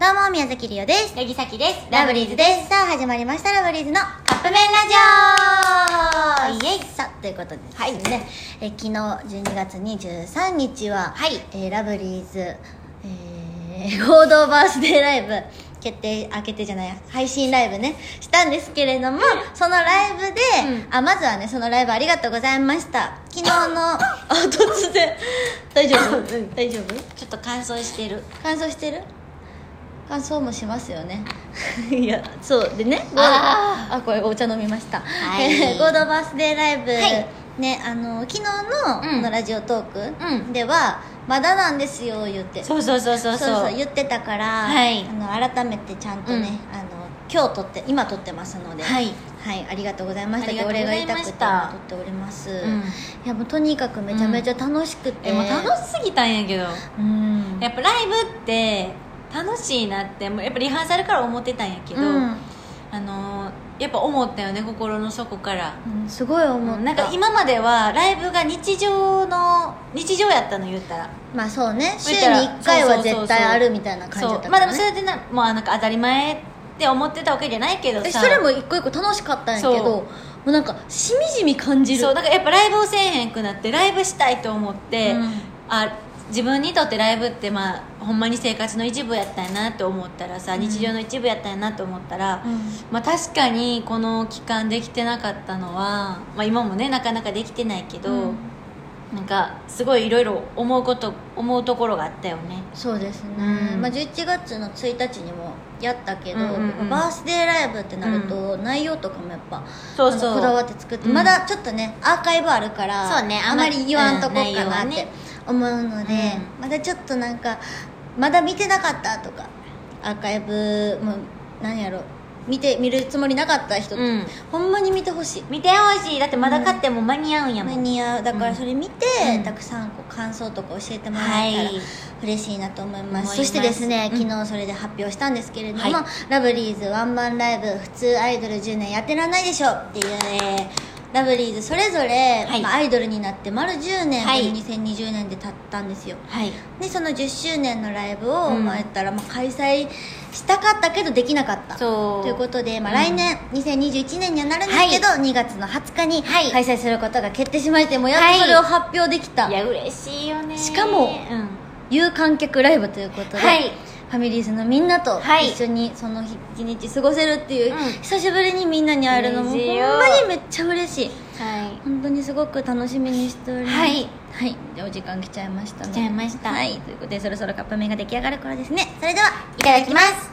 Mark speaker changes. Speaker 1: どうも宮崎りおです
Speaker 2: 八木咲です
Speaker 1: ラブリーズですさあ始まりましたラブリーズの
Speaker 2: カップ麺ラジオイエイ
Speaker 1: さあということでですね、
Speaker 2: はい
Speaker 1: え昨日12月23日は、
Speaker 2: はい
Speaker 1: えーラブリーズ、えー 合同バースデーライブ決定開けてじゃない配信ライブねしたんですけれども、そのライブで、あまずはねそのライブありがとうございました昨日 のあ突然大丈夫
Speaker 2: うん
Speaker 1: 大丈夫
Speaker 2: ちょっと乾燥してる
Speaker 1: 乾燥してる乾燥もしますよね いやそうでね
Speaker 2: あ
Speaker 1: あこれお茶飲みました、
Speaker 2: はい
Speaker 1: えー ゴールドバースデーライブ、
Speaker 2: い
Speaker 1: ねあの昨日の,、
Speaker 2: うん
Speaker 1: このラジオトー
Speaker 2: う
Speaker 1: クでは、まだなんですよ言って
Speaker 2: そうそうそうそう
Speaker 1: そうそう言ってたから、
Speaker 2: はい
Speaker 1: あの改めてちゃんとね、あの今日撮って今撮ってますので、
Speaker 2: はい
Speaker 1: はい、ありがとうございましたって
Speaker 2: ありがと
Speaker 1: お
Speaker 2: うご
Speaker 1: 礼が
Speaker 2: ざい
Speaker 1: 言いた
Speaker 2: ま
Speaker 1: くて
Speaker 2: し
Speaker 1: 撮
Speaker 2: た
Speaker 1: っております、
Speaker 2: ん
Speaker 1: いやもうとにかくめちゃめちゃ楽しくて、
Speaker 2: でも楽しすぎたんやけど
Speaker 1: うん
Speaker 2: やっぱライブって楽しいなってもうやっぱリハーサルから思ってたんやけど、
Speaker 1: うん
Speaker 2: あのーやっぱ思ったよね心の底から、
Speaker 1: うんすごい思った、
Speaker 2: なんか今まではライブが日常の日常やったの言ったら
Speaker 1: まあそうね週に
Speaker 2: 言ったら
Speaker 1: 1回は
Speaker 2: そうそうそうそう
Speaker 1: 絶対あるみたいな感じだった
Speaker 2: そう
Speaker 1: か
Speaker 2: まあで
Speaker 1: ら、
Speaker 2: も
Speaker 1: ね、
Speaker 2: それでな,、まあ、なんか当たり前って思ってたわけじゃないけど
Speaker 1: え
Speaker 2: さ
Speaker 1: それも一個一個楽しかったんやけど
Speaker 2: そう
Speaker 1: もうなんかしみじみ感じる
Speaker 2: そうだからやっぱライブをせえへんくなってライブしたいと思って、
Speaker 1: うん
Speaker 2: あ自分にとってライブってまあほんまに生活の一部やったんやなって思ったらさ、
Speaker 1: うん
Speaker 2: 日常の一部やったんやなって思ったら、
Speaker 1: うん
Speaker 2: まあ、確かにこの期間できてなかったのは、まあ、今もねなかなかできてないけど、
Speaker 1: うん
Speaker 2: なんかすごいいろいろ思うこと思うところがあったよね
Speaker 1: そうですね、
Speaker 2: うん
Speaker 1: まあ、11月の1日にもやったけど、
Speaker 2: うんうんうん
Speaker 1: バースデーライブってなると、内容とかもやっぱ
Speaker 2: そうそう
Speaker 1: あのこだわって作って、
Speaker 2: うん
Speaker 1: まだちょっとねアーカイブあるから
Speaker 2: そうね
Speaker 1: あ
Speaker 2: あん
Speaker 1: ま
Speaker 2: ま
Speaker 1: り言わんとこっか
Speaker 2: うん内容
Speaker 1: な
Speaker 2: は
Speaker 1: っ
Speaker 2: ね
Speaker 1: て思うので、
Speaker 2: う
Speaker 1: まだちょっとなんかまだ見てなかったとかアーカイブもなんやろ見て見るつもりなかった人、
Speaker 2: うん
Speaker 1: ほんまに見てほしい
Speaker 2: 見てほしいだってまだ買っても間に合うんやも
Speaker 1: 間
Speaker 2: ん、
Speaker 1: に合うだからそれ見て、
Speaker 2: うん
Speaker 1: たくさんこう感想とか教えてもら
Speaker 2: は
Speaker 1: えたら
Speaker 2: い
Speaker 1: 嬉しいなと思います
Speaker 2: 思います
Speaker 1: そしてですね、
Speaker 2: うん
Speaker 1: 昨日それで発表したんですけれども、
Speaker 2: はい
Speaker 1: ラブリーズワンマンライブ普通アイドル10年やってらんないでしょっていう、えーラブリーズそれぞれ、
Speaker 2: はい
Speaker 1: まあアイドルになって丸10年、
Speaker 2: はい
Speaker 1: 2020年で経ったんですよ
Speaker 2: はい
Speaker 1: でその10周年のライブを、
Speaker 2: うん
Speaker 1: まあ、やったら、まあ、開催したかったけどできなかった
Speaker 2: そう
Speaker 1: ということで、まあ、
Speaker 2: う
Speaker 1: 来
Speaker 2: ん
Speaker 1: 年、2021年にはなるんですけど、2月の20日に
Speaker 2: はい
Speaker 1: 開催することが決定しましてもうやっとそれを発表できた、
Speaker 2: いや嬉しいよね
Speaker 1: しかも
Speaker 2: うん
Speaker 1: 有観客ライブということで、
Speaker 2: はい
Speaker 1: ファミリーズのみんなと
Speaker 2: はい
Speaker 1: 一緒にその日一日過ごせるっていう、
Speaker 2: うん
Speaker 1: 久しぶりにみんなに会えるのもほんま
Speaker 2: 嬉し
Speaker 1: に
Speaker 2: いよ
Speaker 1: めっちゃ嬉しい
Speaker 2: はい
Speaker 1: 本当にすごく楽しみにしております
Speaker 2: はい、
Speaker 1: はい、じゃあお時間来ちゃいましたね
Speaker 2: 来ちゃいました
Speaker 1: はいということでそろそろカップ麺が出来上がる頃ですねそれではいただきます